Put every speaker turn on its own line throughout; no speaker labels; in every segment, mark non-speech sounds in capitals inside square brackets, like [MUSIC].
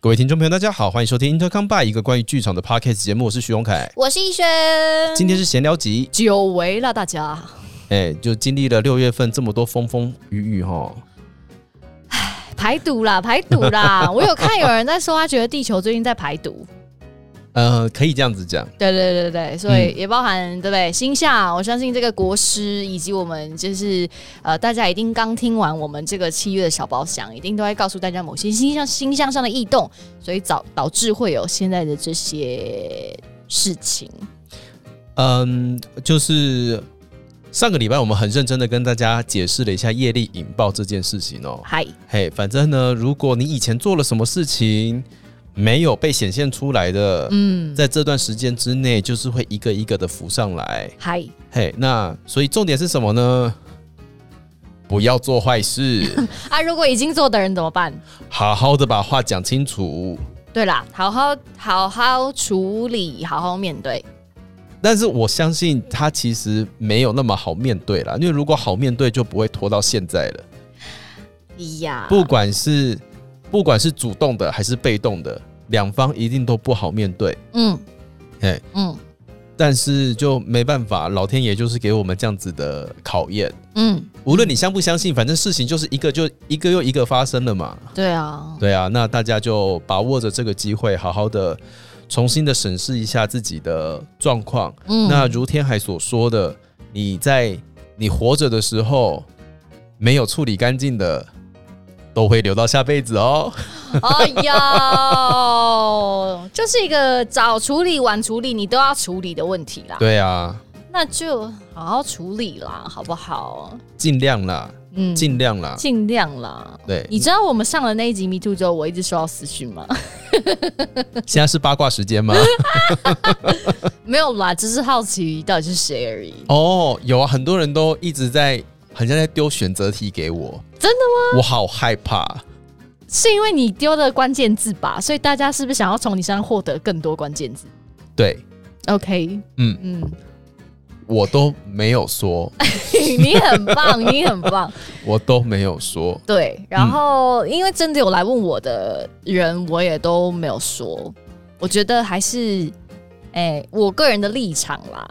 各位听众朋友，大家好，欢迎收听 Intercom by 一个关于剧场的 podcast 节目，我是徐荣凯。
我是医生。
今天是闲聊集，
久违了，大家。
哎，就经历了六月份这么多风风雨雨哈，
排毒啦，排毒
[LAUGHS]
啦！我有看有人在说，他觉得地球最近在排毒。
呃，可以这样子讲，嗯
对对对对，所以也包含、对不对？星夏，我相信这个国师以及我们就是呃，大家一定刚听完我们这个七月的小包厢，一定都会告诉大家某些星象星象上的异动，所以导导致会有现在的这些事情。
嗯，就是上个礼拜我们很认真的跟大家解释了一下业力引爆这件事情哦。
嗨，
嘿，反正呢，如果你以前做了什么事情没有被显现出来的，
嗯，
在这段时间之内，就是会一个一个的浮上来。
嗨，
嘿，那所以重点是什么呢？不要做坏事，
啊！如果已经做的人怎么办？
好好的把话讲清楚。
对啦，好好好好处理，好好面对。
但是我相信他其实没有那么好面对啦，因为如果好面对，就不会拖到现在了。
哎呀，
不管是不管是主动的还是被动的，两方一定都不好面对。
嗯
哎，
嗯
但是就没办法，老天爷就是给我们这样子的考验。
嗯，
无论你相不相信，反正事情就是一个就一个又一个发生了嘛。
对啊，
对啊，那大家就把握着这个机会，好好的重新的审视一下自己的状况。
嗯， [LAUGHS]
那如天海所说的，你在你活着的时候没有处理干净的，都会留到下辈子哦。
哎呦，就是一个早处理晚处理你都要处理的问题啦。
对啊，
那就好好处理啦，好不好？
尽量啦，
嗯，
尽量啦。
尽量啦。
啊对，
你知道我们上了那一集 Me Too 之后，我一直收到私讯吗？
现在是八卦时
[LAUGHS]
间吗？
没有啦，只是好奇到底是谁而已。
哦，有啊，很多人都一直在，很像在丢选择题给我。
真的
吗？我好害怕。
是因为你丢的关键字吧，所以大家是不是想要从你身上获得更多关键字
对，
？OK，
嗯，
嗯， [LAUGHS]
我都没有说，
你很棒，你很棒。
我都没有说。
对，然后、因为真的有来问我的人，我也都没有说。我觉得还是，哎、我个人的立场啦。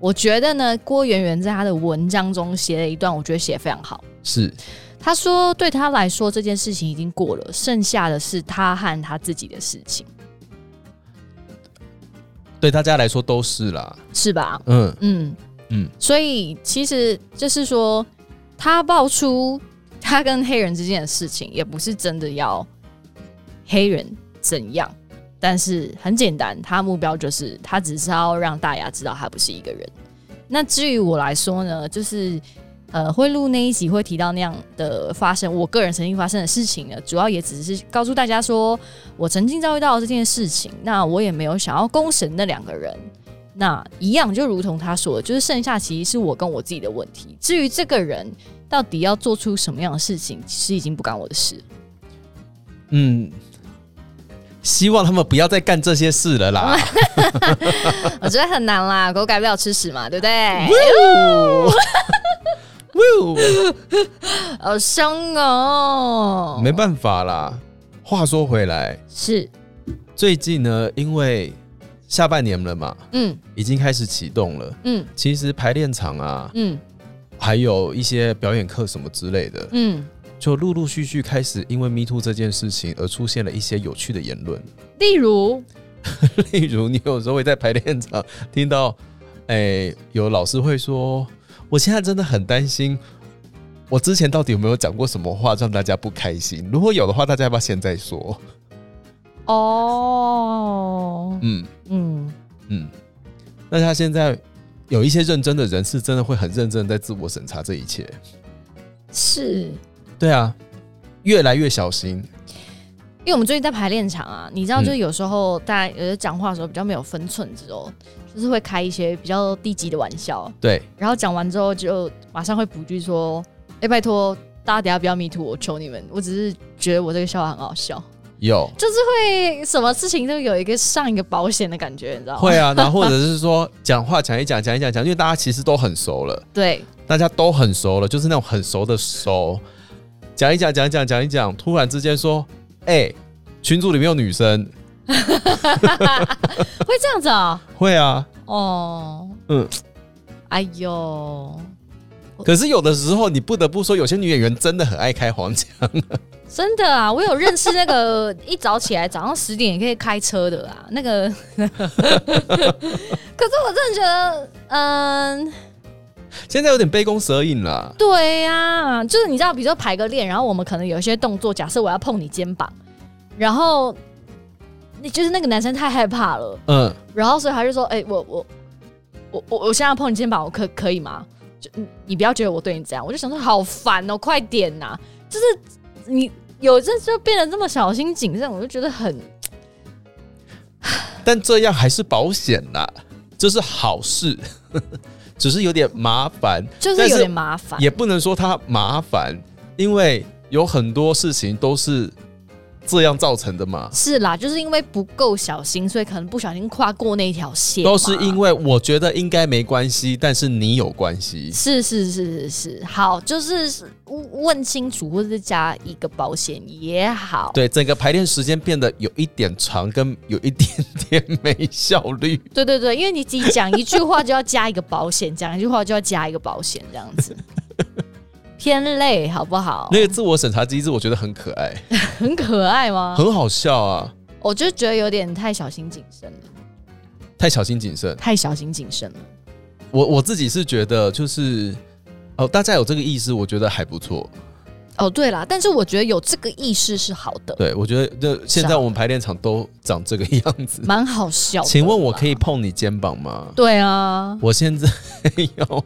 我觉得呢，郭圆圆在她的文章中写了一段，我觉得写得非常好。
是，
她说，对她来说这件事情已经过了，剩下的是她和她自己的事情，
对大家来说都是啦。
是吧？
嗯
嗯
嗯
嗯，所以其实就是说，他爆出他跟黑人之间的事情，也不是真的要黑人怎样，但是很简单，他目标就是他只是要让大家知道他不是一个人。那至于我来说呢，就是呃，会录那一集会提到那样的发生，我个人曾经发生的事情呢，主要也只是告诉大家说我曾经遭遇到这件事情，那我也没有想要攻审那两个人。那一样就如同他说的，就是剩下其实是我跟我自己的问题。至于这个人到底要做出什么样的事情，其实已经不干我的事。
嗯，希望他们不要再干这些事了啦。
[LAUGHS] 我觉得很难啦，狗改不了吃屎嘛，对不 [LAUGHS] 对？好凶呃哦！
没办法啦。话说回来，
是，
最近呢，因为下半年了嘛，
嗯
已经开始启动了。
嗯
其实排练场啊，
嗯
还有一些表演课什么之类的，
嗯，
就陆陆续续开始因为 Me Too 这件事情而出现了一些有趣的言论。 [LAUGHS]
例如，
例如，你有时候会在排练场听到，哎、有老师会说：“我现在真的很担心，我之前到底有没有讲过什么话让大家不开心？如果有的话，大家要不要现在说
哦？”，
嗯
嗯，
嗯。那他现在有一些认真的人，是真的会很认真地在自我审查这一切。
是。
对啊，越来越小心。
因为我们最近在排练场啊，你知道，
嗯
就是有时候大家有些讲话的时候比较没有分寸之后，就是会开一些比较低级的玩笑，
对，
然后讲完之后就马上会补句说：“哎、拜托，大家等下不要迷途，我求你们，我只是觉得我这个笑话很好笑，
有
就是会什么事情都有一个上一个保险的感觉，你知道吗？”
会啊，然后或者是说讲话讲一讲讲一讲讲，因为大家其实都很熟了。
对，
大家都很熟了，就是那种很熟的熟，讲一讲讲一讲讲一讲，突然之间说，哎、群组里面有女生，
会这样子啊、
会啊，
哦，
嗯，
哎呦，
可是有的时候你不得不说，有些女演员真的很爱开黄腔，
真的啊，我有认识那个 [LAUGHS] 一早起来早上十点也可以开车的啊，那个， [LAUGHS] 可是我真的觉得，嗯，
现在有点杯弓蛇影啦。
对呀、就是你知道，比如说排个练，然后我们可能有一些动作，假设我要碰你肩膀，然后你就是那个男生太害怕了，
嗯，
然后所以他就说，哎、我我我我我现在要碰你肩膀，我可可以吗？就你你不要觉得我对你这样，我就想说好烦哦、快点呐、就是你有这就变得这么小心谨慎，我就觉得很
但这样还是保险啦，这是好事， [LAUGHS] 只是有点麻烦，
就是有点麻烦。
也不能说它麻烦，因为有很多事情都是这样造成的嘛。
是啦，就是因为不够小心，所以可能不小心跨过那条线嘛，
都是因为我觉得应该没关系，但是你有关系。
是是是是是，好，就是问清楚，或者是加一个保险也好。
对，整个排练时间变得有一点长，跟有一点点没效率。
对对对，因为你自己讲一句话就要加一个保险，讲一句话就要加一个保险，这样
[LAUGHS]
子偏累，好不好？
那个自我审查机制，我觉得很可爱，
很可爱吗？
很好笑啊！
我就觉得有点太小心谨慎了，
太小心谨慎。
太小心谨慎了。
我我自己是觉得，就是哦，大家有这个意识，我觉得还不错。
哦，对啦，但是我觉得有这个意识是好的，
对，我觉得这现在我们排练场都长这个样子。
蛮啊好笑的。
请问我可以？碰你肩膀吗？
对啊，
我现在要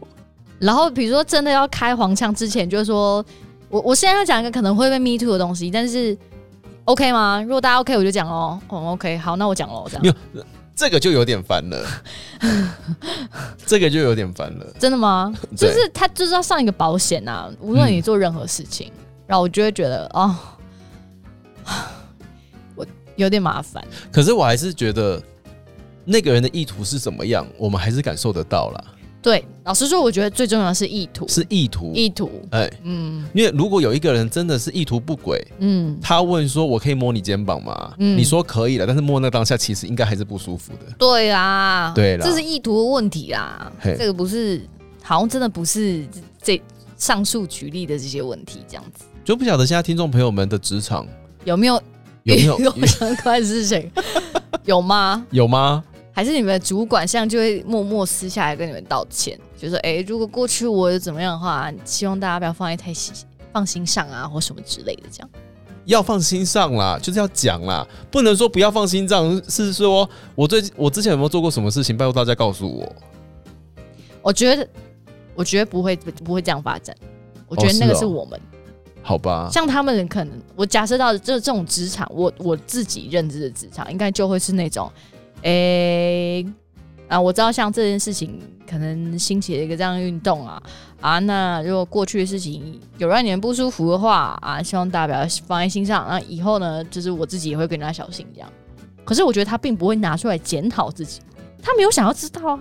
然后比如说真的要开黄腔之前，就是说我我现在要讲一个可能会被 me too 的东西，但是 OK 吗？如果大家 OK，我就讲哦，嗯 OK，好，那我讲喽，这
没
样
有这个就有点烦了， [LAUGHS] 这个就有点烦了。
真的
[LAUGHS]
吗？就
对
是他就是要上一个保险啊，无论你做任何事情，
嗯
然后我就会觉得哦， [SIGHS] 我有点麻烦，
可是我还是觉得那个人的意图是怎么样，我们还是感受得到啦，
对，老实说，我觉得最重要的是意图，
是意图。
意图，
哎、
嗯
因为如果有一个人真的是意图不轨，
嗯，
他问说我可以摸你肩膀吗？
嗯
你说可以了，但是摸那当下其实应该还是不舒服的。
对啦，
对啦
这是意图的问题啦，
嘿
这个不是，好像真的不是这上述举例的这些问题，这样子
就不晓得现在听众朋友们的职场
有没 [LAUGHS] 有
有 [LAUGHS] 没有
相关的事
[LAUGHS]
情？有吗？
有吗？
还是你们的主管现在就会默默私下来跟你们道歉，就说：“哎、如果过去我有怎么样的话，希望大家不要放在太心放心上啊，或什么之类的。”这样
要放心上啦，就是要讲啦，不能说不要放心上，是说我最我之前有没有做过什么事情，拜托大家告诉我。
我觉得，我觉得不会不会这样发展。我觉得那个是我们，
好吧，
像他们可能，我假设到这这种职场，我我自己认知的职场，应该就会是那种，诶、啊，我知道像这件事情可能兴起了一个这样的运动啊啊，那如果过去的事情有让你们不舒服的话啊，希望大家不要放在心上，那以后呢，就是我自己也会更加小心这样。可是我觉得他并不会拿出来检讨自己，他没有想要知道啊，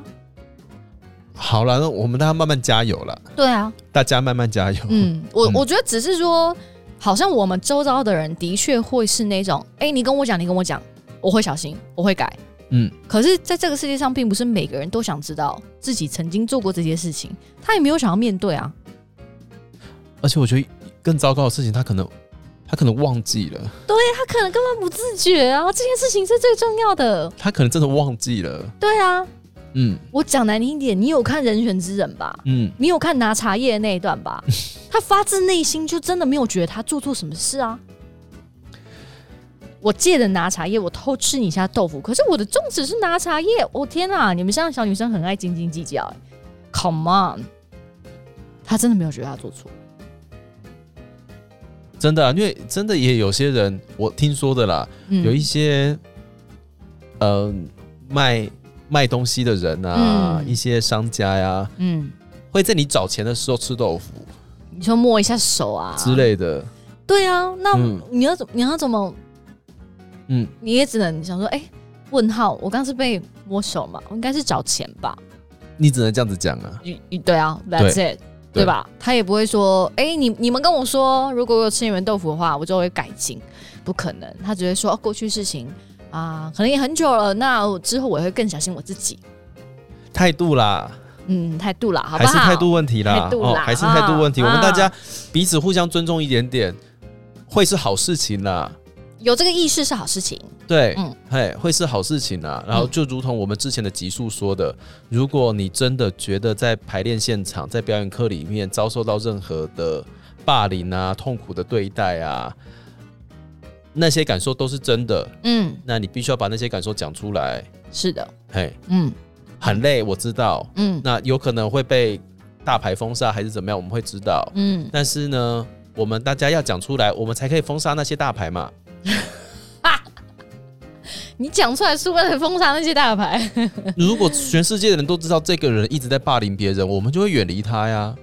好啦，那我们大家慢慢加油啦，
对啊，
大家慢慢加油。
嗯，我
嗯
我觉得只是说，好像我们周遭的人的确会是那种，哎、你跟我讲，你跟我讲，我会小心，我会改。
嗯，
可是，在这个世界上，并不是每个人都想知道自己曾经做过这些事情，他也没有想要面对啊。
而且我觉得更糟糕的事情，他可能他可能忘记了，
他可能根本不自觉啊，这件事情是最重要的。
他可能真的忘记了。
对啊，
嗯
我讲难听一点，你有看《人选之人》吧？
嗯，
你有看拿茶叶的那一段
[LAUGHS]
吧？他发自内心就真的没有觉得他做错什么事啊。我借的拿茶叶，我偷吃你家豆腐，可是我的宗旨是拿茶叶。我、天啊，你们现在小女生很爱斤斤计较、欸、，Come on！他真的没有觉得他做错，
真的、啊，因为真的也有些人我听说的啦，
嗯
有一些，呃，卖卖东西的人啊，
嗯
一些商家呀、
嗯，
会在你找钱的时候吃豆腐
你说摸一下手啊
之。类的。
对啊，那
嗯
你要怎、你要怎么？
嗯，
你也只能想说，哎、问号，我刚是被摸手嘛，我应该是找钱吧？
你只能这样子讲啊。
嗯对啊，That's it。
对
对吧？他也不会说，哎、你你们跟我说，如果我有吃你们豆腐的话，我就会改进，不可能。他只会说，哦，过去事情啊、可能也很久了，那我之后我会更小心我自己。
态度啦，
嗯，态度啦，好不
还
好？
是态度问题啦，哦
态度啦
还是态度问题。
啊
我们大家彼此互相尊重一点点，会是好事情啦。
有这个意识是好事情。
对，
嗯
嘿，会是好事情啊。然后就如同我们之前的集数说的，如果你真的觉得在排练现场、在表演课里面遭受到任何的霸凌啊、痛苦的对待啊，那些感受都是真的，
嗯，
那你必须要把那些感受讲出来。
是的，
嘿，
嗯
很累，我知道，
嗯
那有可能会被大牌封杀还是怎么样，我们会知道。
嗯，
但是呢，我们大家要讲出来，我们才可以封杀那些大牌嘛。
你讲出来是为了封杀那些大牌。 [LAUGHS]
如果全世界的人都知道这个人一直在霸凌别人，我们就会远离他呀。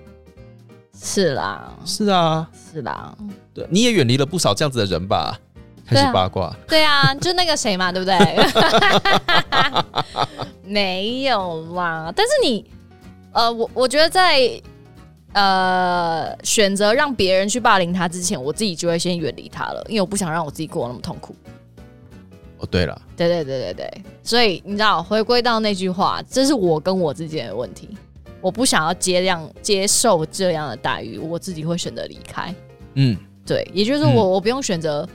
是啦，
是啊，
是啦，
对，你也远离了不少这样子的人吧？开
对啊
始八卦，
对啊，就那个谁嘛，对不 [LAUGHS] 对？没有啦，但是你，呃，我我觉得在呃选择让别人去霸凌他之前，我自己就会先远离他了，因为我不想让我自己过得那么痛苦。
哦，对了，
对对对对对，所以你知道，回归到那句话，这是我跟我自己的问题。我不想要接量接受这样的待遇，我自己会选择离开。
嗯，
对，也就是说我、我不用选择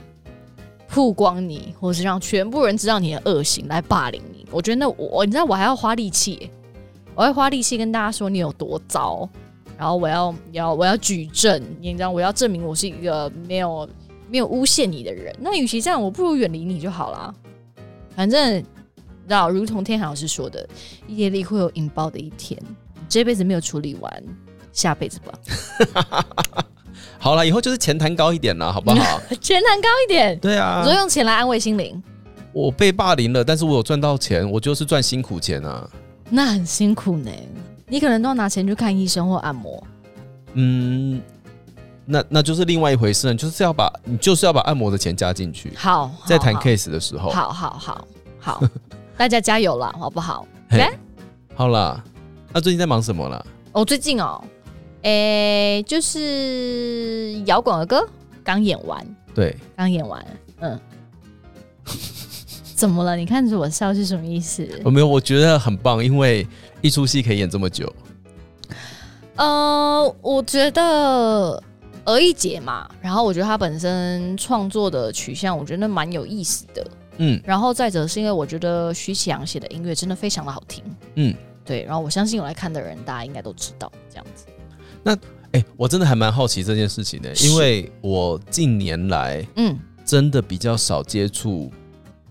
曝光你，或是让全部人知道你的恶行来霸凌你。我觉得那我你知道我还要花力气耶，我会花力气跟大家说你有多糟，然后我要要我要举证，你知道我要证明我是一个没有没有诬陷你的人。那与其这样，我不如远离你就好啦。反正你知道，如同天海老师说的，业力会有引爆的一天，这辈子没有处理完，下辈子吧，
好了，以后就是钱谈高一点啦，好不好？
[LAUGHS] 全谈高一点。
对啊
你说，用钱来安慰心灵，
我被霸凌了，但是我有赚到钱，我就是赚辛苦钱啊。
那很辛苦呢。你可能都要拿钱去看医生或按摩。
嗯，那那就是另外一回事了，就是要把你就是要把按摩的钱加进去，
好，好
在谈
好
case 的时候，
好好好好， [LAUGHS] 大家加油啦，好不好？
嘿
来，
好啦，那最近在忙什么啦？
我、最近哦，诶、就是摇滚儿歌刚演完，
对，
刚演完，嗯。怎么了？你看着我笑是什么意思？
我没有，哎我觉得很棒，因为一出戏可以演这么久。
呃，我觉得而一姐嘛，然后我觉得她本身创作的取向，我觉得蛮有意思的。
嗯
然后再者是因为我觉得徐启阳写的音乐真的非常的好听，
嗯，
对。然后我相信有来看的人，大家应该都知道这样子。
哎、我真的还蛮好奇这件事情的、
是
因为我近年来
嗯
真的比较少接触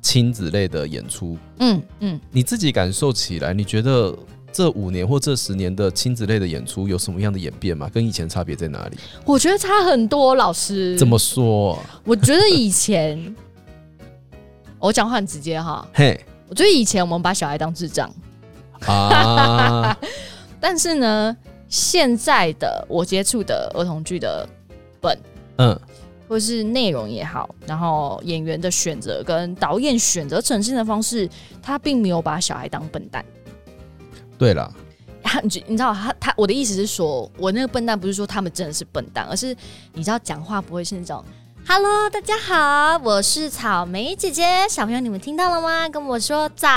亲子类的演出。
嗯嗯，
你自己感受起来，你觉得这五年或这十年的亲子类的演出有什么样的演变吗？跟以前差别在哪里？
我觉得差很多，老师。
怎么？说？
我觉得以前 [LAUGHS] 我讲话很直接哈，
嘿
我觉得以前我们把小孩当智障， [LAUGHS]
啊，
但是呢，现在的我接触的儿童剧的
嗯
或是内容也好，然后演员的选择跟导演选择呈现的方式，他并没有把小孩当笨蛋。
对啦，
他，你知你知道他他我的意思是说，我那个笨蛋不是说他们真的是笨蛋，而是你知道讲话不会是那种。Hello，大家好，我是草莓姐姐。小朋友，你们听到了吗？跟我说早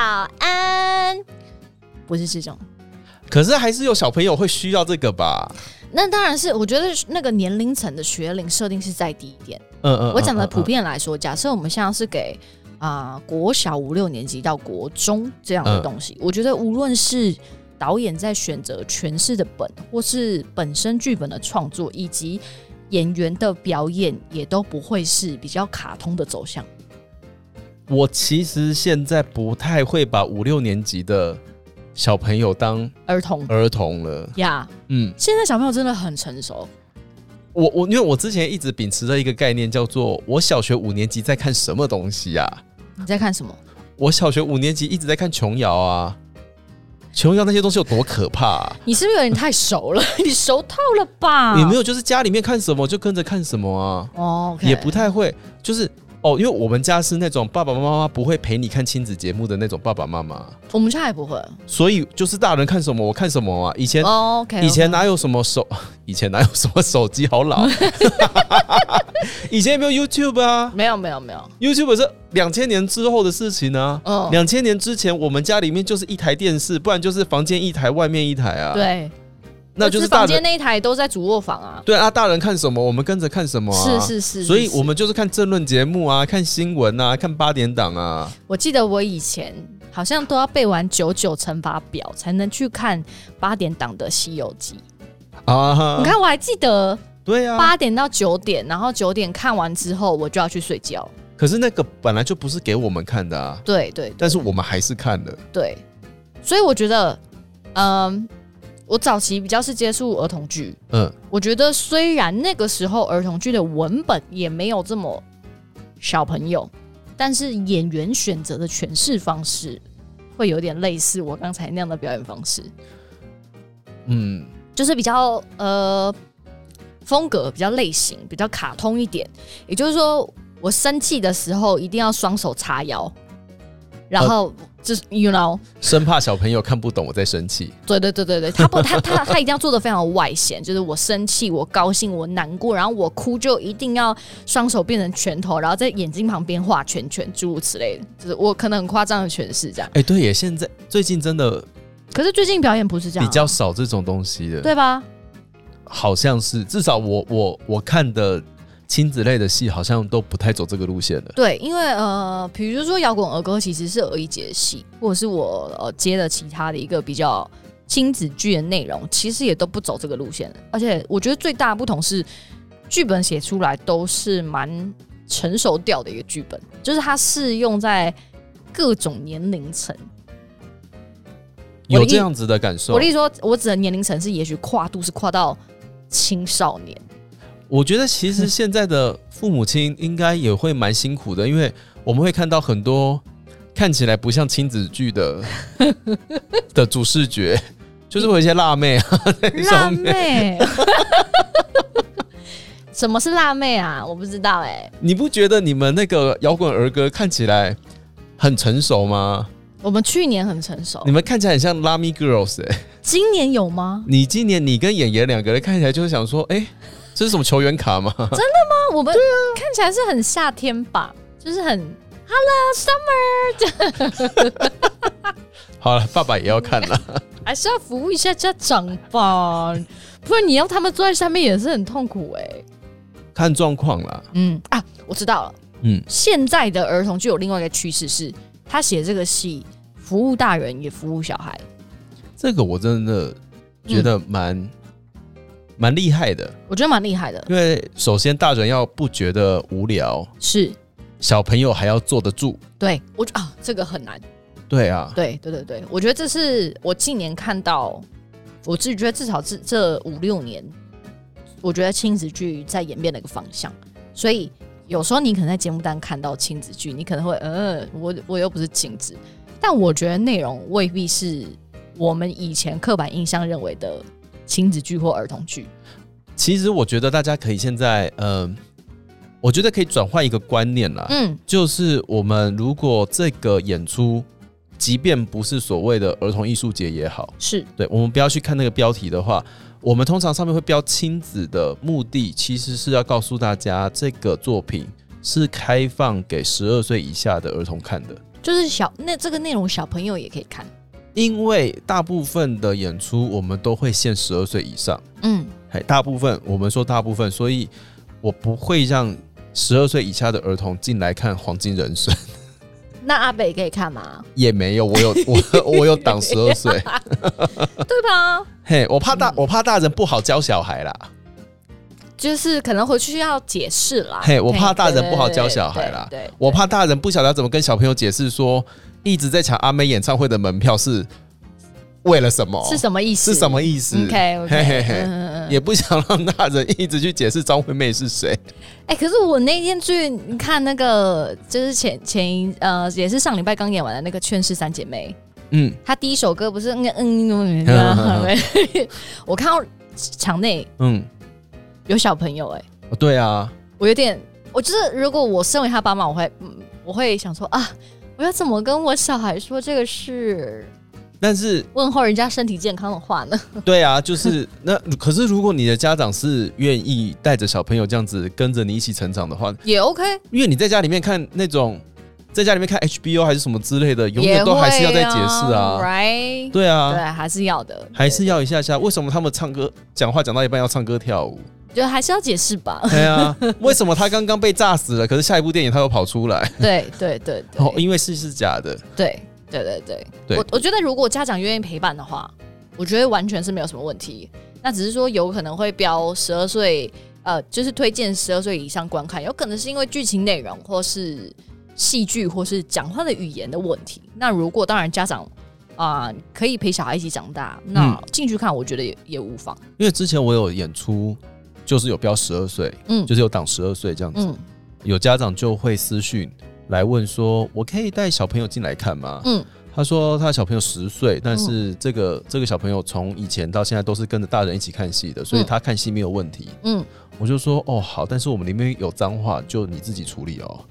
安，不是这种。
可是还是有小朋友会需要这个吧？
那当然是，我觉得那个年龄层的学龄设定是再低一点。
嗯 [LAUGHS] 嗯
我讲的
嗯
普
嗯
遍来
[LAUGHS]
说，假设我们现在是给啊、国小五六年级到国中这样的
嗯
东西，我觉得无论是导演在选择诠释的本，或是本身剧本的创作，以及演员的表演，也都不会是比较卡通的走向。
我其实现在不太会把五六年级的小朋友当
儿童
儿童了。
呀
嗯，
现在小朋友真的很成熟，
我我因为我之前一直秉持着一个概念，叫做我小学五年级在看什么东西啊？
你在看什么？
我小学五年级一直在看琼瑶啊，琼瑶那些东西有多可怕、啊？
你是不是有点太熟了？你熟透了吧？
也没有，就是家里面看什么就跟着看什么啊
哦，OK，
也不太会，就是哦，因为我们家是那种爸爸妈妈不会陪你看亲子节目的那种爸爸妈妈，
我们家也不会。
所以就是大人看什么我看什么啊。以前、
哦 OK，
以前哪有什么手， [LAUGHS] 以前哪有什么手机，好老。 [LAUGHS] 以前也没有 YouTube 啊
没有没有没有，
，YouTube 是两千年之后的事情啊。
嗯，
两千年之前，我们家里面就是一台电视，不然就是房间一台，外面一台啊。，
对，
那就是大
房间
人
那一台都在主卧房啊。
对啊，大人看什么，我们跟着看什么、啊。
是是是，
所以
是是
我们就是看政论节目啊，看新闻啊，看八点档啊。
我记得我以前好像都要背完九九乘法表才能去看八点档的《西游记》
啊，
你，看，我还记得
对啊。
八点到九点，然后九点看完之后我就要去睡觉。
可是那个本来就不是给我们看的啊，
对对
但是我们还是看了。
对，所以我觉得，嗯，我早期比较是接触儿童剧，
嗯，
我觉得虽然那个时候儿童剧的文本也没有这么小朋友，但是演员选择的诠释方式会有点类似我刚才那样的表演方式，
嗯，
就是比较呃风格比较类型比较卡通一点。也就是说，我生气的时候一定要双手叉腰，然后就是 you know，
生怕小朋友看不懂我在生气。
对对对对对，他不他他他一定要做的非常外显，就是我生气、我高兴、我难过，然后我哭就一定要双手变成拳头，然后在眼睛旁边画圈圈，诸如此类的，就是我可能很夸张的诠释这样。
哎、对耶，现在最近真的
可是最近表演不是这样
比
啊、
较少这种东西了，
对吧？
好像是至少我我我看的亲子类的戏好像都不太走这个路线了。
对，因为呃，比如说摇滚儿歌其实是而一节戏，或者是我呃接了其他的一个比较亲子剧的内容，其实也都不走这个路线的。而且我觉得最大的不同是，剧本写出来都是蛮成熟调的一个剧本，就是它适用在各种年龄层。我的
有
意
这样子的感受
我例如说，我指的年龄层是，也许跨度是跨到青少年。
我觉得其实现在的父母亲应该也会蛮辛苦的，因为我们会看到很多看起来不像亲子
[LAUGHS]
剧的的主视觉，就是会有一些辣妹啊，那
辣
上面
妹， [LAUGHS] 什么是辣妹啊？我不知道哎、
你不觉得你们那个摇滚儿歌看起来很成熟吗？
我们去年很成熟
你，们看起来很像拉米 girls 哎、
今年有吗？
[LAUGHS] 你今年你跟演员两个人看起来就是想说，哎、这是什么球员卡吗？ [LAUGHS]
啊那我们看起来是很夏天吧，就是很 Hello Summer，
好了，爸爸也要看了。
还是要服务一下家长吧，不然你要他们坐在下面也是很痛苦哎、
[LAUGHS] 看状况啦。
嗯啊，我知道了，
嗯，
现在的儿童剧有另外一个趋势是，他写这个戏服务大人也服务小孩，
这个我真的觉得蛮蛮厉害的，
我觉得蛮厉害的，
因为首先大人要不觉得无聊，
是
小朋友还要坐得住。
对我觉啊这个很难。
对啊，
对对对对，我觉得这是我近年看到，我自己觉得至少这这五六年，我觉得亲子剧在演变的一个方向。所以有时候你可能在节目单看到亲子剧，你可能会呃，我我又不是亲子，但我觉得内容未必是我们以前刻板印象认为的亲子剧或儿童剧。
其实我觉得大家可以现在，嗯、我觉得可以转换一个观念啦，
嗯，
就是我们如果这个演出，即便不是所谓的儿童艺术节也好，
是
对我们不要去看那个标题的话，我们通常上面会标亲子的目的，其实是要告诉大家这个作品是开放给十二岁以下的儿童看的，
就是小那这个内容小朋友也可以看。
因为大部分的演出我们都会限十二岁以上，
嗯，
哎，大部分我们说大部分，所以我不会让十二岁以下的儿童进来看《黄金人生》， [LAUGHS]
那阿北可以看 [LAUGHS] 吗？
也没有，我有我我有挡十二岁，
对吧？
嘿，我怕大我怕大人不好教小孩啦。
就是可能回去要解释啦。
嘿我怕
对
大人
对
不好
对
教
对
小孩啦
对，对
我怕大人不晓得要怎么跟小朋友解释说，一直在抢阿妹演唱会的门票是为了什么？
是什么意思？
是什么意思
OK
嘿嘿
OK，
嘿
嗯嗯嗯。
也不想让大人一直去解释张惠妹是谁。
哎，可是我那天去看那个，就是前前一呃，也是上礼拜刚演完的那个《劝世三姐妹》，
嗯，
她第一首歌不是嗯嗯嗯
嗯
嗯，我看到场内
嗯，
有小朋友，哎，
哦对啊，
我有点我就是如果我身为他爸妈，我会嗯我会想说啊，我要怎么跟我小孩说这个是
但 [LAUGHS] 是
问候人家身体健康的话呢？
对啊，就是那可是如果你的家长是愿意带着小朋友这样子跟着你一起成长的话，
也 OK，
因为你在家里面看那种，在家里面看 HBO 还是什么之类的，永远都还是要再解释啊。
，right？
对啊，
对，还是要的，
还是要一下下。为什么他们唱歌、讲话讲到一半要唱歌
[LAUGHS]
跳舞？
就还是要解释
[LAUGHS]
吧。
对啊，为什么他刚刚被炸死了，可是下一部电影他又跑
[LAUGHS]
出来？
对对对对
哦，因为是是假的。
对对对对，
对
我我觉得如果家长愿意陪伴的话，我觉得完全是没有什么问题。那只是说有可能会标十二岁，呃，就是推荐十二岁以上观看，有可能是因为剧情内容或是戏剧或是讲话的语言的问题。那如果当然家长啊、可以陪小孩一起长大，那
嗯
进去看我觉得也也无妨。
因为之前我有演出，就是有标十二岁，
嗯
就是有档十二岁这样子。
嗯
有家长就会私讯来问说：“我可以带小朋友进来看吗？”
嗯，
他说他的小朋友十岁，但是这个、这个小朋友从以前到现在都是跟着大人一起看戏的，所以
嗯
他看戏没有问题。
嗯，
我就说哦好，但是我们里面有脏话，就你自己处理哦。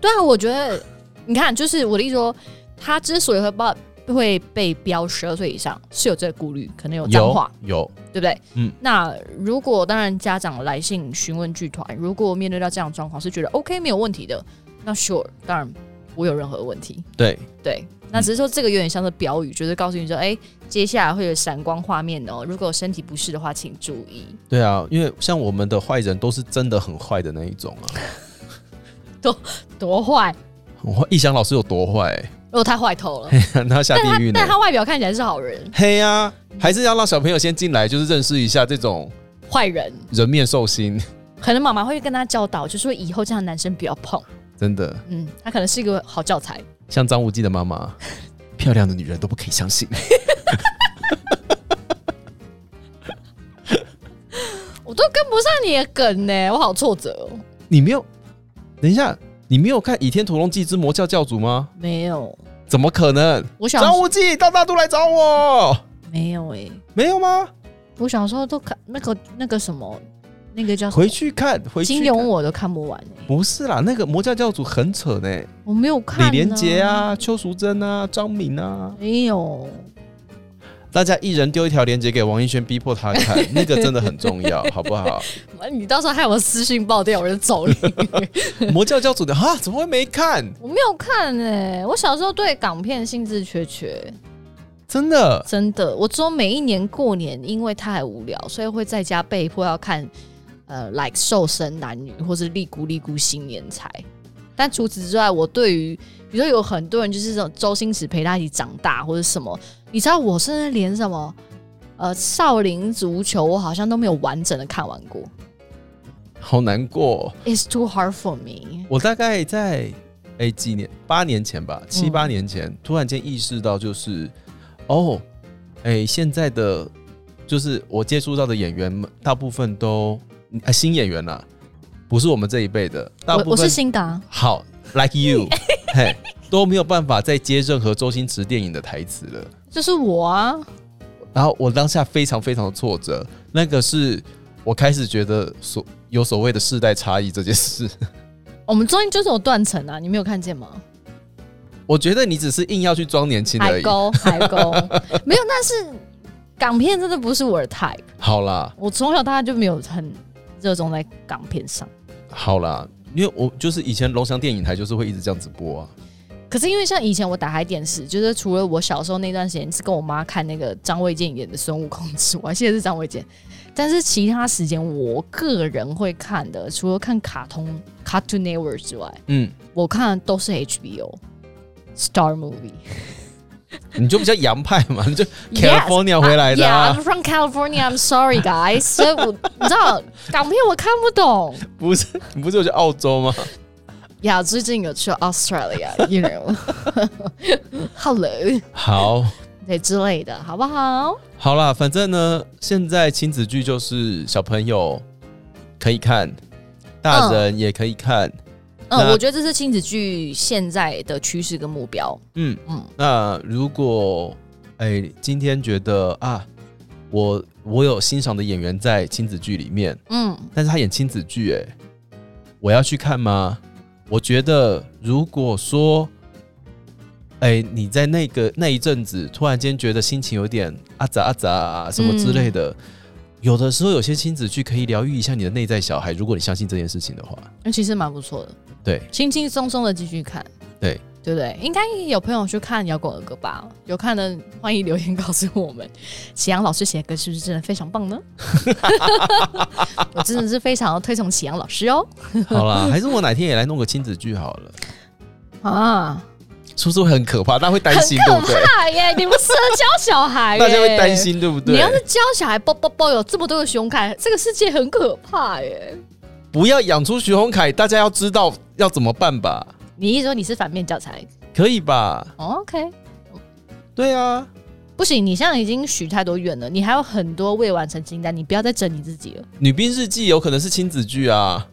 对啊，我觉得你看，就是我的意思说，他之所以会报会被标十二岁以上，是有这个顾虑，可
哦
能有脏话。
有，
对不对？
嗯，
那如果当然家长来信询问剧团，如果面对到这样的状况是觉得 OK 没有问题的，那 sure，当然不会有任何问题。
对，
对，那只是说这个有点像是标语，就是告诉你说，哎，接下来会有闪光画面哦，如果身体不适的话，请注意。
对啊，因为像我们的坏人都是真的很坏的那一种啊，
多坏！
很坏。易翔老师有多坏、 [LAUGHS]
如果他坏透了，
那下
但
地
他
狱呢
但？他外表看起来是好人，
嘿呀、还是要让小朋友先进来，就是认识一下这种
坏人
人面兽心， [LAUGHS]
可能妈妈会跟他教导，就说以后这样的男生不要碰。
真的
嗯，他可能是一个好教材。
像张无忌的妈妈，漂亮的女人都不可以相信。 [LAUGHS]
我都跟不上你的梗呢、我好挫折哦。
你没有？等一下，你没有看《倚天屠龙记之魔教教主》吗？
没有，
怎么可能？
我想
张无忌到大都来找我，
没有哎、
没有吗？
我小时候都看那个那个什么，那个叫什么
回去看，回去
金
看
庸我都看不完、欸、
不是啦，那个魔教教主很扯呢，
我没有看、
李连杰，啊、邱淑贞啊、张敏啊，
没有，
大家一人丢一条链接给王一轩，逼迫他看，那个真的很重要，好不好？
你到时候害我私信爆掉，我就走 [LAUGHS] 你。
魔教教主的哈，怎么会没看？
我没有看哎、我小时候对港片兴致缺缺，
真的，
真的，我只有每一年过年，因为太无聊，所以会在家被迫要看呃，like 瘦身男女或是利姑利姑新年财。但除此之外，我对于比如说有很多人就是这种周星驰陪他一起长大或者什么，你知道我甚至连什么呃少林足球，我好像都没有完整的看完过。
好难过哦。
It's too hard for me。
我大概在哎几年八年前吧，七八年前、突然间意识到，就是哦，哎现在的就是我接触到的演员们，大部分都、啊、新演员啦、不是我们这一辈的，大
我
部
我是
分嗯
新达，
好 like
[LAUGHS]
you，嘿，都没有办法再接任何周星驰电影的台词了。
就是我啊，
然后我当下非常非常的挫折，那个是我开始觉得所有所谓的世代差异这件事。
我们中间就是有断层啊，你没有看见吗？
我觉得你只是硬要去装年轻而
海
已。
沟，海
[LAUGHS]
沟没有，但是港片真的不是我的 type，
好啦，
我从小到大就没有很热衷在港片上。
好啦，因为我就是以前龙翔电影台就是会一直这样子播啊。
可是因为像以前我打开电视，就是除了我小时候那段时间是跟我妈看那个张卫健演的孙悟空之外，现在是张卫健，但是其他时间我个人会看的，除了看卡通 Cartoon Network 之外，
嗯，
我看的都是 HBO Star Movie。
你就比较洋派嘛，你就 California 回来的、
Yeah,
啊
I'm from California. I'm sorry, guys. 所以我你知道港片我看不懂。
不是？你不是有去澳
[LAUGHS]
洲吗？
呀，最近有去
[LAUGHS]
Australia，you [LAUGHS] know，hello，
好，
对之类的，好不好？
好啦，反正呢，现在亲子剧就是小朋友可以看，大人也可以看。那
嗯，我觉得这是亲子剧现在的趋势跟目标。
嗯
嗯
那如果哎、今天觉得啊，我我有欣赏的演员在亲子剧里面，
嗯，
但是他演亲子剧，哎，我要去看吗？我觉得如果说，哎、你在那个那一阵子突然间觉得心情有点啊杂啊杂啊什么之类的。
嗯
有的时候，有些亲子剧可以疗愈一下你的内在小孩。如果你相信这件事情的话，
那其实蛮不错的，
对，
轻轻松松的继续看，
对
对不对？应该有朋友去看《摇滚儿歌》吧？有看的欢迎留言告诉我们，启阳老师写的歌是不是真的非常棒
[LAUGHS]
呢？我真的是非常推崇启阳老师哦 [LAUGHS]
好啦，还是我哪天也来弄个亲子剧好了，
啊！
是不是会很可怕？大家会担心，对
很
不
可
对？
怕耶！你不适合教小孩耶，
[LAUGHS] 大家会担。心，对不
你
对
要？是教小孩，啵啵啵，有这么多的熊凯，这个世界很可怕耶！
不要养出徐宏凯，大家要知道要怎么办吧？
你一说你是反面教材、
可以吧？
哦、，OK？
对啊，
不行，你现在已经许太多愿了，你还有很多未完成清单，你不要再整你自己了，
《女兵日记》有可能是亲子剧啊，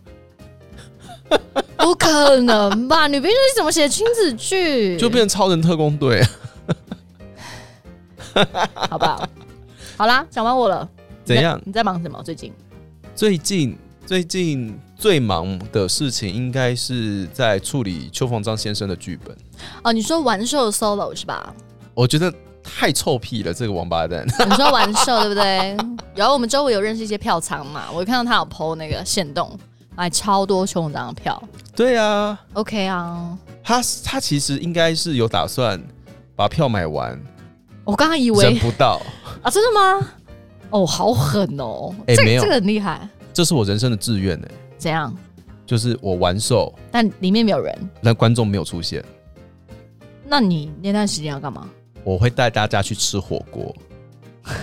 不可能吧？女兵日记怎么写亲子剧？
就变成超人特工队。啊
好吧？好啦，讲完我了。
怎样
你在？你在忙什么？最近
[LAUGHS] 最近最近最忙的事情应该是在处理邱逢章先生的剧本，
哦，你说玩兽 solo 是吧？
我觉得太臭屁了，这个王八蛋。 [LAUGHS]
你说玩兽对不 [LAUGHS] 对？然后我们周围有认识一些票仓嘛，我看到他有 PO 那个限动，买超多熊掌的票。
对啊，
OK 啊，
他他其实应该是有打算把票买完，
我刚刚以
人
为
不到，
啊，真的吗？哦，好狠哦！
哎
这
没
个
有
这个很厉害，
这是我人生的志愿呢、欸
怎样？
就是我完售，
但里面没有人，
但观众没有出现，
那你那段时间要干嘛？
我会带大家去吃火锅。 [LAUGHS]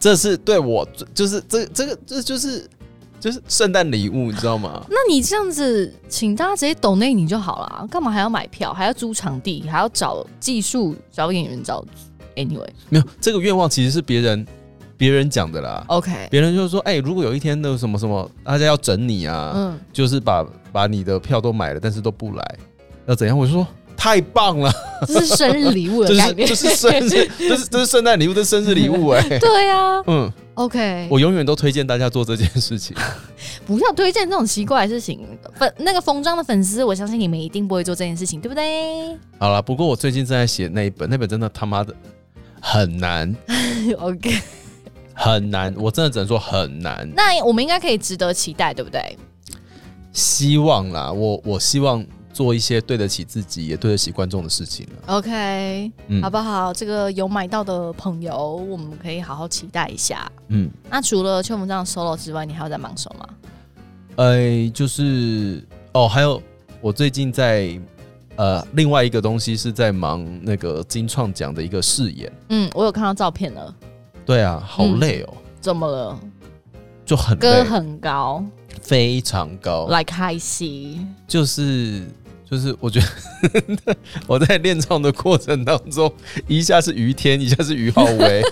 这是对我，就是这这个这就是就是圣诞礼物，你知道吗？
那你这样子，请大家直接抖内你就好了，干嘛还要买票，还要租场地，还要找技术、找演员、找 anyway。
没有这个愿望其实是别人别人讲的啦，
OK，
别人就说，哎、如果有一天那个什么什么，大家要整你啊，
嗯，
就是把把你的票都买了，但是都不来，要怎样？我就说太棒了，
这是生日礼物
这
的概
是
念。
这是生日， [LAUGHS] 这是这是圣诞礼物，这是生日礼物哎、
[LAUGHS] 对啊
嗯，
，OK，
我永远都推荐大家做这件事情。
不要推荐这种奇怪的事情。粉那个冯章的粉丝，我相信你们一定不会做这件事情，对不对
好了，不过我最近正在写那一本，那本真的他妈的很难
[LAUGHS] ？OK，
很难，我真的只能说很难。
那我们应该可以值得期待，对不对？
希望啦，我我希望做一些对得起自己也对得起观众的事情了。
OK，、
嗯
好不好？这个有买到的朋友，我们可以好好期待一下。
嗯，
那除了邱福章的 solo 之外，你还有在忙什么吗？
呃，就是哦，还有我最近在呃另外一个东西是在忙那个金创奖的一个饰演。
嗯，我有看到照片了，
对啊，好累哦，
怎么了？
就很
嗯歌
累，
很高
非常高，
，like high C，
就是。就是我觉得我在练唱的过程当中，一下是于天，一下是于
[LAUGHS]
浩威，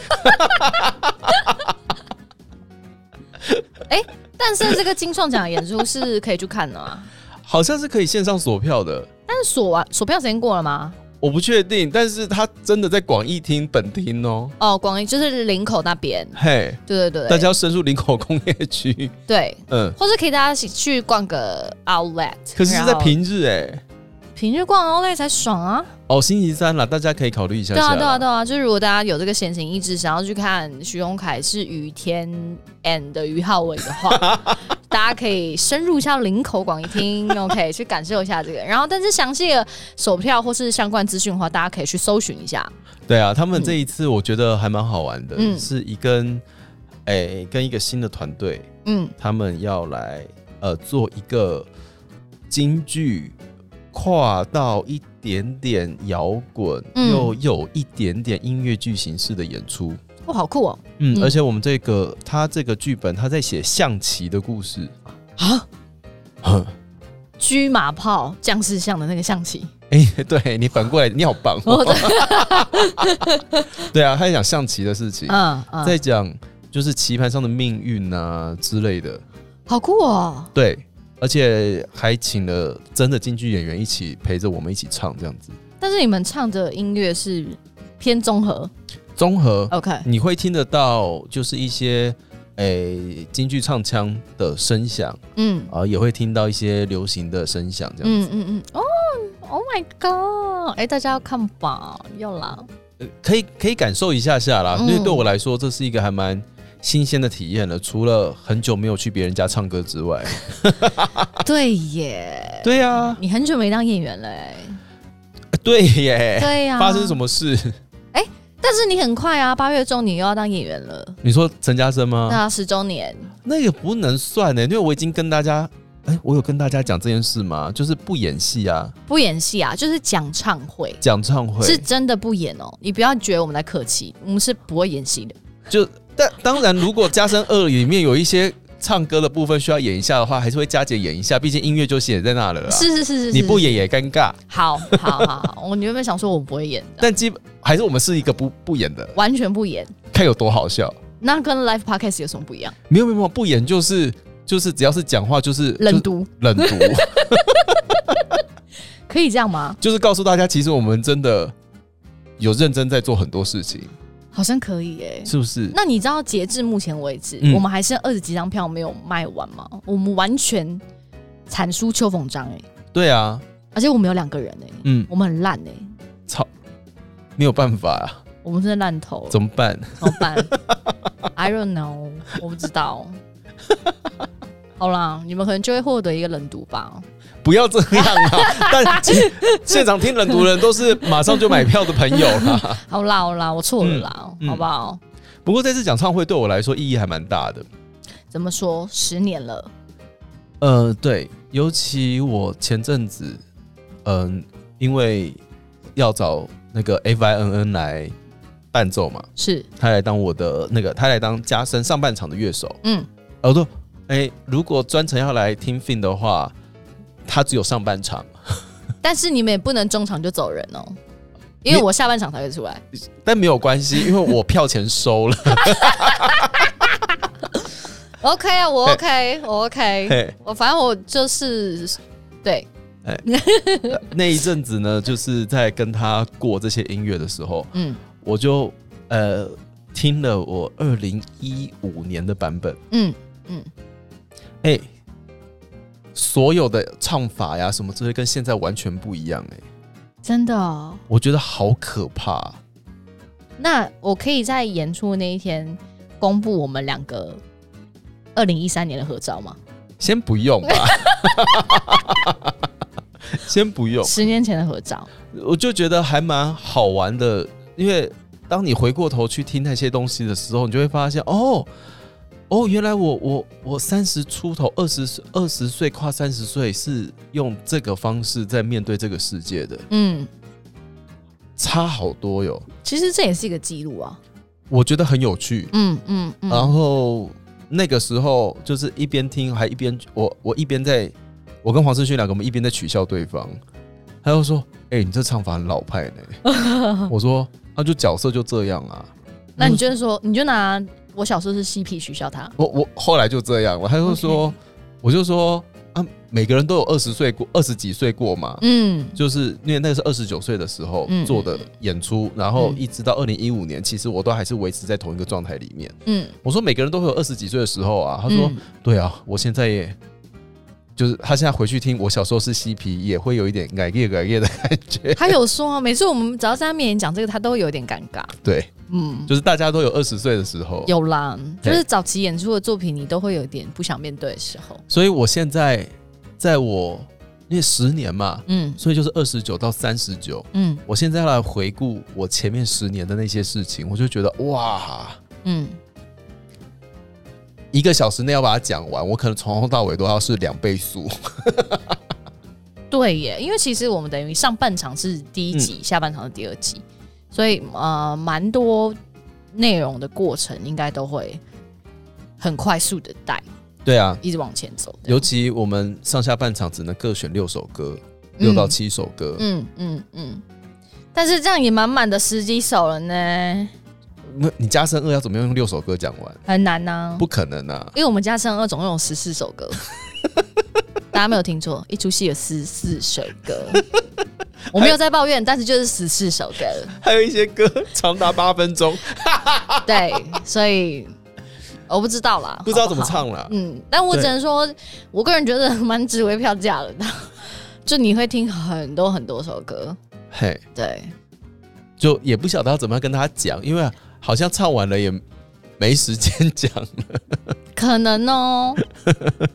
但是这个金创奖的演出是可以去看的啊。
好像是可以线上锁票的，
[LAUGHS] 但是锁完锁票时间过了吗？
我不确定，但是他真的在广义厅本厅哦，
哦，广义就是林口那边，
嘿，
对对对，
大家要深入林口工业区，
对，
嗯，
或是可以大家一起去逛个 outlet，
可是是在
然后
平日哎、
平日逛 outlet 才爽啊。
哦，星期三啦，大家可以考虑一下
对啊，
下啦
对啊，对啊，就是如果大家有这个闲情逸致，想要去看徐荣凯是于天 and 于浩伟的话，
[LAUGHS]
大家可以深入一下林口广义厅，OK，去感受一下这个。然后，但是详细的手票或是相关资讯的话，大家可以去搜寻一下。
对啊，他们这一次我觉得还蛮好玩的，
嗯
是一跟哎、跟一个新的团队，
嗯，
他们要来呃做一个京剧跨到一点点摇滚，
嗯
又有一点点音乐剧形式的演出。
哇，好酷哦！
嗯，
嗯
而且我们这个他这个剧本，他在写象棋的故事
啊，
哼
车马炮将士像的那个象棋，
哎、 [LAUGHS] 对你反过来，你好棒、
哦对
[LAUGHS] 对啊，他在讲象棋的事情，
嗯嗯，
在讲就是棋盘上的命运啊之类的。
好酷哦！
对，而且还请了真的京剧演员一起陪着我们一起唱，这样子
但是你们唱的音乐是偏综合
综合
，OK，
你会听得到，就是一些哎、诶京剧唱腔的声响，
嗯
啊、也会听到一些流行的声响这样
嗯
子。
嗯嗯，哦，Oh my God！哎、大家要看吧，要啦，
呃可以可以感受一下下啦，
嗯
因为对我来说这是一个还蛮新鲜的体验了。除了很久没有去别人家唱歌之外， [LAUGHS]
对耶，
对呀、啊，
你很久没当演员了、哎，
对耶，
对啊呀、
哎发生什
么？
么事？
但是你很快啊，八月中你又要当演员了，
你说陈嘉生吗？
那十周年，
那个不能算欸呢，因为我已经跟大家，哎、我有跟大家讲这件事吗？就是不演戏啊，
不演戏啊，就是讲唱会，
讲唱会
是真的不演哦。你不要觉得我们在客气，我们是不会演戏的。
就，但当然，如果《加深二》里面有一些唱歌的部分需要演一下的话，还是会加减演一下，毕竟音乐就写在那了啦。
是是是是，
啊你不
演，
演也尴尬，
好好好好，我原本想说我不会演的，
[LAUGHS] 但基本还是我们是一个不不演的，
完全不演。
看有多好笑。
那跟 live podcast 有什么不一样？
没有没有没有，不演就是就是只要是讲话就是
冷
就是
读
冷读，
可以这样吗？
[LAUGHS] 就是告诉大家，其实我们真的有认真在做很多事情，
好像可以耶。
是不是？
那你知道截至目前为止，
嗯
我们还剩二十几张票没有卖完吗？我们完全惨输邱逢章哎，
对啊，
而且我们有两个人哎，
嗯，
我们很烂哎，
没有办法啊，
我们真的烂透了，
怎么办？
怎么办 [LAUGHS] ？I don't know，我不知
[LAUGHS]
道。好啦，你们可能就会获得一个冷读吧。
不要这样 [LAUGHS] 啊！但其现场听冷读的人都是马上就买票的朋友 [LAUGHS] 啦。
好啦好啦，我错了啦，
嗯嗯
好不好？
不过这次讲唱会对我来说意义还蛮大的。
怎么说？十年了，
呃，对，尤其我前阵子，嗯、因为要找那个 F I N N 来伴奏嘛，
是
他来当我的那个，他来当加深上半场的乐手。
嗯，
呃我说，哎、如果专程要来听 Fin 的话，他只有上半场，
但是你们也不能中场就走人哦，因为
你
我下半场才会出来。
但没有关系，因为我票钱收了。
OK 啊，我 OK，我 OK，
嘿
我反正我就是对，
那一阵子呢，就是在跟他过这些音乐的时候，
嗯
我就呃听了我二零一五年的版本，
嗯，
哎、所有的唱法呀什么之类，跟现在完全不一样哎、
真的、哦。
我觉得好可怕、啊
那我可以在演出那一天公布我们两个二零一三年的合照吗？
先不用吧，先不用，
十年前的合照，
我就觉得还蛮好玩的，因为当你回过头去听那些东西的时候，你就会发现，哦，哦，原来我我我三十出头，二十二十岁跨三十岁是用这个方式在面对这个世界的，
嗯，
差好多哟。
其实这也是一个记录啊，
我觉得很有趣。
嗯嗯
然
嗯，
后那个时候就是一边听，还一边我我一边在，我跟黄世勋两个我们一边在取笑对方，他就说：“哎、你这唱法很老派呢。”
[LAUGHS]
我说：“那、就角色就这样啊。”
那你就说，你就拿我小时候是嬉皮取笑他，
我我后来就这样了，他就
[LAUGHS]
说我就说啊，每个人都有二十岁过二十几岁过嘛，
嗯
就是因为那个是二十九岁的时候
嗯
做的演出，然后
嗯
一直到二零一五年，其实我都还是维持在同一个状态里面。
嗯，
我说每个人都会有二十几岁的时候啊，他说、
嗯
对啊，我现在也。就是他现在回去听我小时候是嬉皮，也会有一点改业改业的感觉。 [LAUGHS]
他有说啊，每次我们只要在他面前讲这个，他都有点尴尬，
对，
嗯，
就是大家都有二十岁的时候，
有啦，
对
就是早期演出的作品，你都会有点不想面对的时候，
所以我现在在我因为十年嘛，
嗯
所以就是二十九到三十九，
嗯
我现在来回顾我前面十年的那些事情，我就觉得哇，
嗯，
一个小时内要把它讲完，我可能从头到尾都要是两倍速。
对耶，因为其实我们等于上半场是第一集，
嗯
下半场是第二集，所以呃，蛮多内容的过程应该都会很快速的带，
对啊，
一直往前走的。
尤其我们上下半场只能各选六首歌，六到七首歌，
嗯嗯嗯，但是这样也满满的十几首了呢，
那你加深二要怎么样用六首歌讲完？
很难呐、
不可能啊！
因为我们家生二总共有十四首
[LAUGHS]
歌，大家没有听错，一出戏有十四首
[LAUGHS]
歌。我没有在抱怨，但是就是十四首歌， [LAUGHS]
还有一些歌长达八分钟，
对，所以我不知道啦，
不知道怎么
好好
唱了。
嗯，但我
对
只能说，我个人觉得蛮值回票价的。就你会听很多很多首歌，
嘿，
对，
就也不晓得要怎么样跟他讲，因为好像唱完了也没时间
[LAUGHS]
讲。
可能
[LAUGHS]
哦，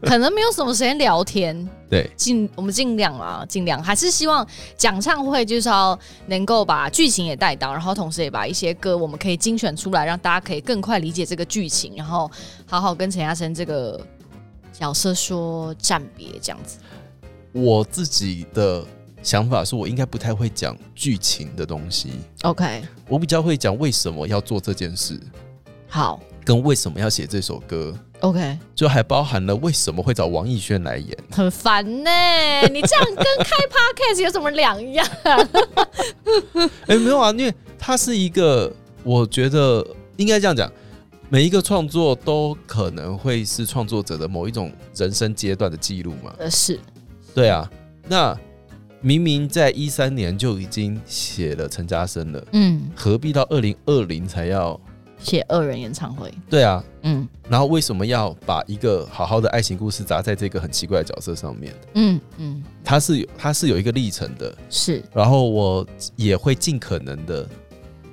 可能没有什么时间聊天，
对，
尽我们尽量啊，尽量还是希望讲唱会就是要能够把剧情也带到，然后同时也把一些歌我们可以精选出来，让大家可以更快理解这个剧情，然后好好跟陈嘉生这个角色说暂别这样子。
我自己的想法是我应该不太会讲剧情的东西，
OK，
我比较会讲为什么要做这件事，
好
跟为什么要写这首歌，
，OK，
就还包含了为什么会找王艺轩来演。
很烦呢、 [LAUGHS] 你这样跟开 podcast 有什么两样？
哎、没有啊，因为它是一个，我觉得应该这样讲，每一个创作都可能会是创作者的某一种人生阶段的记录嘛。
呃，是
对啊，那明明在一三年就已经写了陈嘉生了，
嗯，
何必到二零二零才要？
写二人演唱会，
对啊，
嗯
然后为什么要把一个好好的爱情故事砸在这个很奇怪的角色上面？
嗯嗯，
它是有它是有一个历程的，
是
然后我也会尽可能的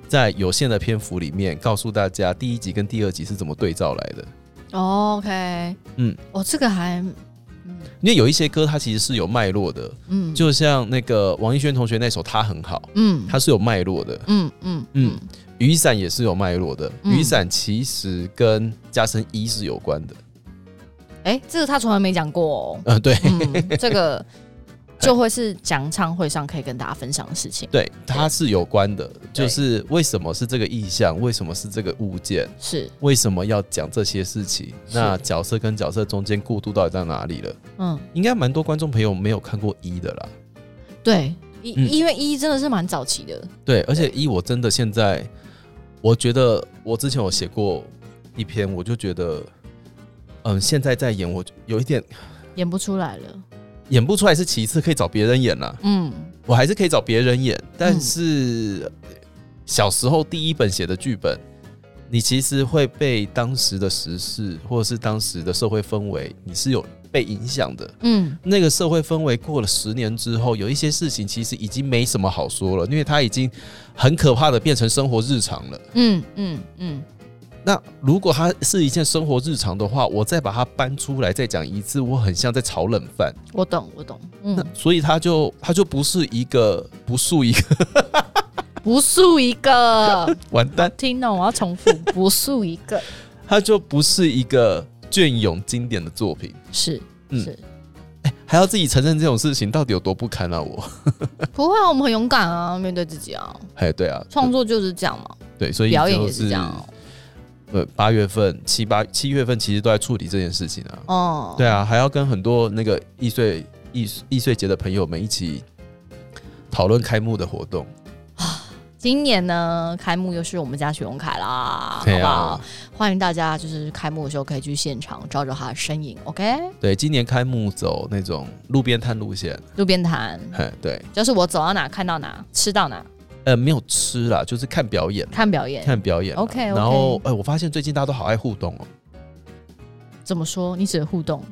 在有限的篇幅里面告诉大家第一集跟第二集是怎么对照来的。
哦 OK，
嗯，
哦，这个还，嗯
因为有一些歌它其实是有脉络的，
嗯，
就像那个王艺轩同学那首《他很好》，
嗯
它是有脉络的。
嗯嗯
嗯，雨伞也是有脉络的，
嗯
雨伞其实跟加深一是有关的。，
哎、这个他从来没讲过哦
[LAUGHS]
[LAUGHS]
呃，对
嗯，这个就会是讲唱会上可以跟大家分享的事情，
[LAUGHS] 对，它是有关的。就是为什么是这个意象，为什么是这个物件，
是，
为什么要讲这些事情？
是
那角色跟角色中间过渡到底在哪里了？
嗯，
应该蛮多观众朋友没有看过一的啦。
对，一、
嗯
因为一真的是蛮早期的，
对，而且一我真的现在，我觉得我之前有写过一篇，我就觉得，嗯，现在在演我有一点
演不出来了，
演不出来是其次，可以找别人演啦、
嗯，
我还是可以找别人演，但是小时候第一本写的剧本，你其实会被当时的时事或者是当时的社会氛围，你是有被影响的。
嗯，
那个社会氛围过了十年之后，有一些事情其实已经没什么好说了，因为它已经很可怕的变成生活日常了。
嗯，嗯，嗯，
那如果它是一件生活日常的话，我再把它搬出来再讲一次，我很像在炒冷饭。
我懂，我懂，
那
嗯，
所以它就它就不是一个不是一个
不素一个，
完蛋。
[LAUGHS] 听懂？我要重 [LAUGHS] 复，不素一个，
它就不是一个隽永经典的作品，
是
嗯
是，
还要自己承认这种事情到底有多不堪啊！我， [LAUGHS]
不会啊，我们很勇敢啊，面对自己啊，
哎，对啊，
创作就是这样嘛，
对，所以
表演也
就
这
是
样哦。
呃，八月份、七八七月份其实都在处理这件事情啊。
哦，
对啊，还要跟很多那个易碎易易碎节的朋友们一起讨论开幕的活动。
今年呢，开幕又是我们家许荣凯啦，
对
好不
啊
哦好？，欢迎大家，就是开幕的时候可以去现场照照他的身影，OK？
对，今年开幕走那种路边摊路线，
路边摊，
嘿，对，
就是我走到哪看到哪，吃到哪，
呃，没有吃啦，就是看表演，
看表演。
看表演啊。
OK，OK
然后，哎、我发现最近大家都好爱互动哦、
怎么说？你指的互动？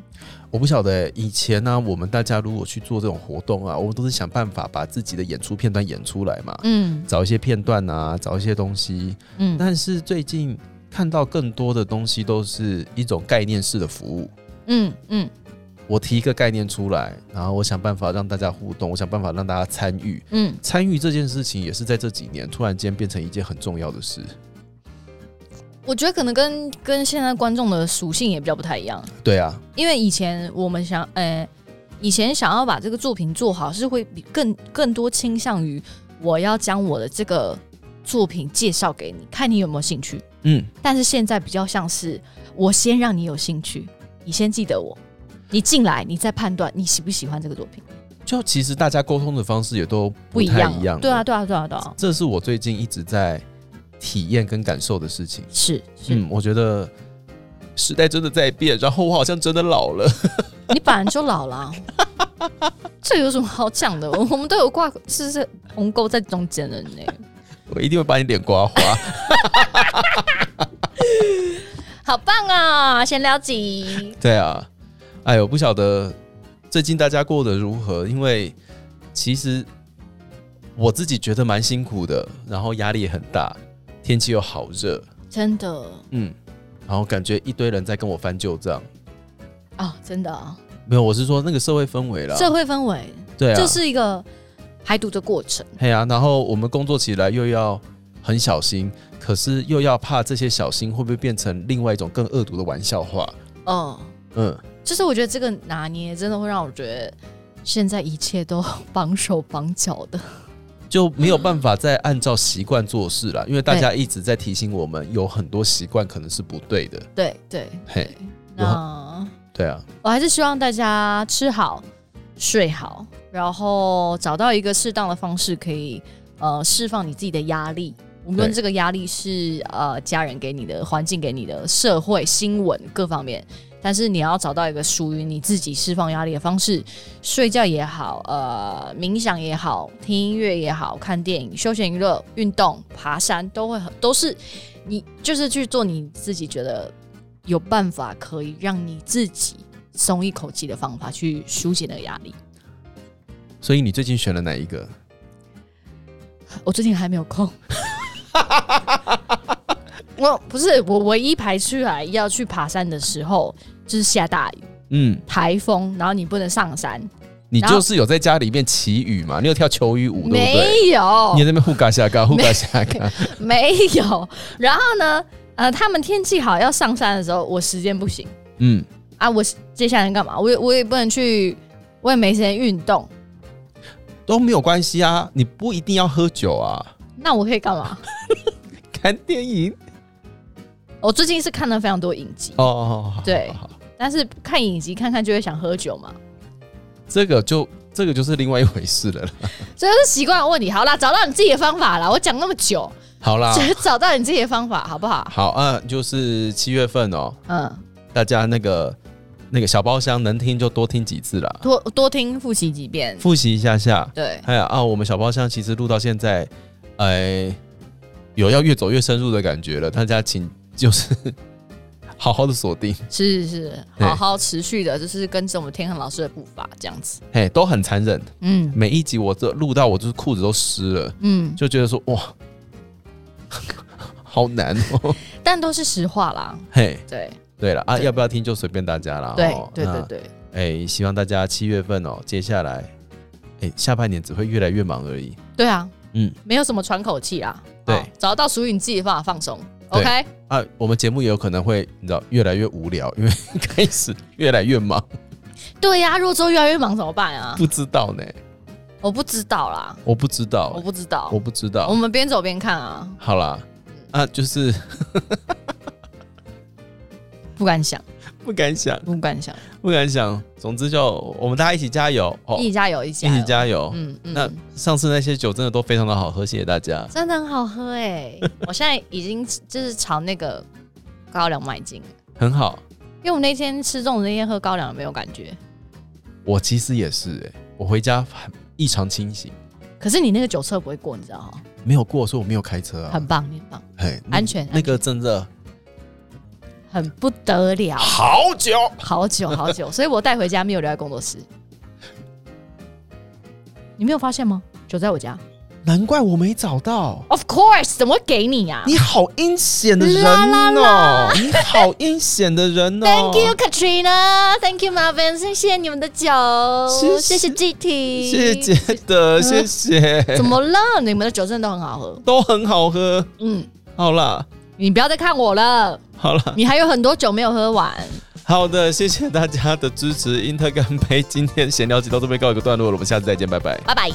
我不晓得欸、以前呢、我们大家如果去做这种活动啊，我们都是想办法把自己的演出片段演出来嘛，
嗯
找一些片段啊，找一些东西。
嗯
但是最近看到更多的东西都是一种概念式的服务。
嗯嗯，
我提一个概念出来，然后我想办法让大家互动，我想办法让大家参与。
嗯，
参与这件事情也是在这几年突然间变成一件很重要的事。
我觉得可能跟跟现在观众的属性也比较不太一样，
对啊，
因为以前我们想，呃，以前想要把这个作品做好，是会比更更多倾向于我要将我的这个作品介绍给你，看你有没有兴趣。
嗯，
但是现在比较像是我先让你有兴趣，你先记得我，你进来，你再判断你喜不喜欢这个作品，
就其实大家沟通的方式也都
不
不
一
太
样
一
啊。
样。
对啊，，对啊，对啊，对啊，
这是我最近一直在体验跟感受的事情。
是是，
嗯，我觉得时代真的在变，然后我好像真的老了。
你本来就老了 [LAUGHS] 啊、这有什么好讲的？我们都有挂是是鸿沟在中间的呢。
我一定会把你脸刮花。
好棒啊！闲聊集，
对啊，哎呦，不晓得最近大家过得如何？因为其实我自己觉得蛮辛苦的，然后压力也很大，天气又好热，
真的
嗯，然后感觉一堆人在跟我翻旧账。
哦，真的啊，
没有，我是说那个社会氛围啦，
社会氛围
对啊，
就是一个排毒的过程。
嘿啊，然后我们工作起来又要很小心，可是又要怕这些小心会不会变成另外一种更恶毒的玩笑话？
嗯，
嗯，
就是我觉得这个拿捏真的会让我觉得现在一切都绑手绑脚的。
就没有办法再按照习惯做事了，因为大家一直在提醒我们，有很多习惯可能是不对的。
对对，
嘿，有
那
对啊，
我还是希望大家吃好、睡好，然后找到一个适当的方式，可以呃释放你自己的压力。无论
对
这个压力是呃家人给你的、环境给你的、社会新闻各方面，但是你要找到一个属于你自己释放压力的方式，睡觉也好，呃，冥想也好，听音乐也好，看电影、休闲娱乐、运动、爬山都会很都是你就是去做你自己觉得有办法可以让你自己松一口气的方法去疏解那个压力。
所以你最近选了哪一个？
我最近还没有
[LAUGHS]
空。我不是我唯一排出来要去爬山的时候，就是下大雨、
嗯，
台风，然后你不能上山，
你
然后
就是有在家里面祈雨嘛？你有跳求雨哦舞对不对？
没有
你，在那边互嘎下嘎，互嘎下嘎，
没有。然后呢，呃，他们天气好要上山的时候，我时间不行
嗯，
啊，我接下来干嘛？我也我也不能去，我也没时间运动，
都没有关系啊，你不一定要喝酒啊，
那我可以干嘛？
看电影。
我最近是看了非常多影集，
哦哦，好好好
对
好好
但是看影集看看就会想喝酒嘛，
这个就这个就是另外一回事了啦。
所以是习惯的问题。好啦，找到你自己的方法啦。我讲那么久，
好啦，
就找到你自己的方法，好不好？
好啊，就是七月份哦，
嗯，
大家那个那个小包厢能听就多听几次啦，
[LAUGHS] 多多听复习几遍，
复习一下下。
对，
哎呀啊，我们小包厢其实录到现在，哎，有要越走越深入的感觉了。大家请就是 [LAUGHS] 好好的锁定，
是是是，
对
好好持续的，就是跟着我们天恒老师的步伐这样子。
哎，都很残忍。
嗯
每一集我这录到我就是裤子都湿了，
嗯，
就觉得说哇， [LAUGHS] 好难哦。 [LAUGHS]
但都是实话啦，
嘿，
对
对了啊，
对
要不要听就随便大家啦。
对
哦
对对
那
对，
哎、希望大家七月份哦，接下来，哎、下半年只会越来越忙而已。
对啊，
嗯
没有什么喘口气啦，
对
好，找到属于你自己的方法放松
对
，OK，
啊，我们节目也有可能会，你知道，越来越无聊，因为开始越来越忙，
嗯对呀、如果之后越来越忙怎么办啊？
不知道呢，
我不知道啦，
我不知道，
我
哦我不
不知道，
知
我
道。
们边走边看啊，
好啦，啊，就是 [LAUGHS]
不敢想，
不敢想，
不敢想，
不敢想。总之就我们大家一起加油哦，
一起加油，一起
一起加油。
嗯嗯，
那上次那些酒真的都非常的好喝，谢谢大家。
真的很好喝哎、 [LAUGHS] 我现在已经就是朝那个高粱迈进了，
很好。
因为我那天吃粽子那天喝高粱没有感觉，
我其实也是、哎，我回家很异常清醒，
可是你那个酒测不会过，你知道吗？
没有过，所以我没有开车啊。
嗯很棒，你很棒，
哎，那
安全，
那个真的
很不得了，
好久，
好久好久，所以我带回家没有留在工 [LAUGHS] 作室。你没有发现吗？酒在我家
难怪我没找到。
，Of course，怎么会给你啊呀、
你好阴险的人
啦啦
哦！你好阴险的人
t h a n
哦
k you Katrina, Thank you Marvin，谢谢你们的酒，谢
谢谢
谢 GT，
谢。谢的，谢谢
怎，么了？你们的酒真的都很好喝，
都很好喝。
嗯。
好啦，
你不要再看我了，
好啦，
你还有很多酒没有喝完。
好的，谢谢大家的支持。英特干杯，今天闲聊集到这边告一个段落了，我们下次再见，拜拜。
拜拜。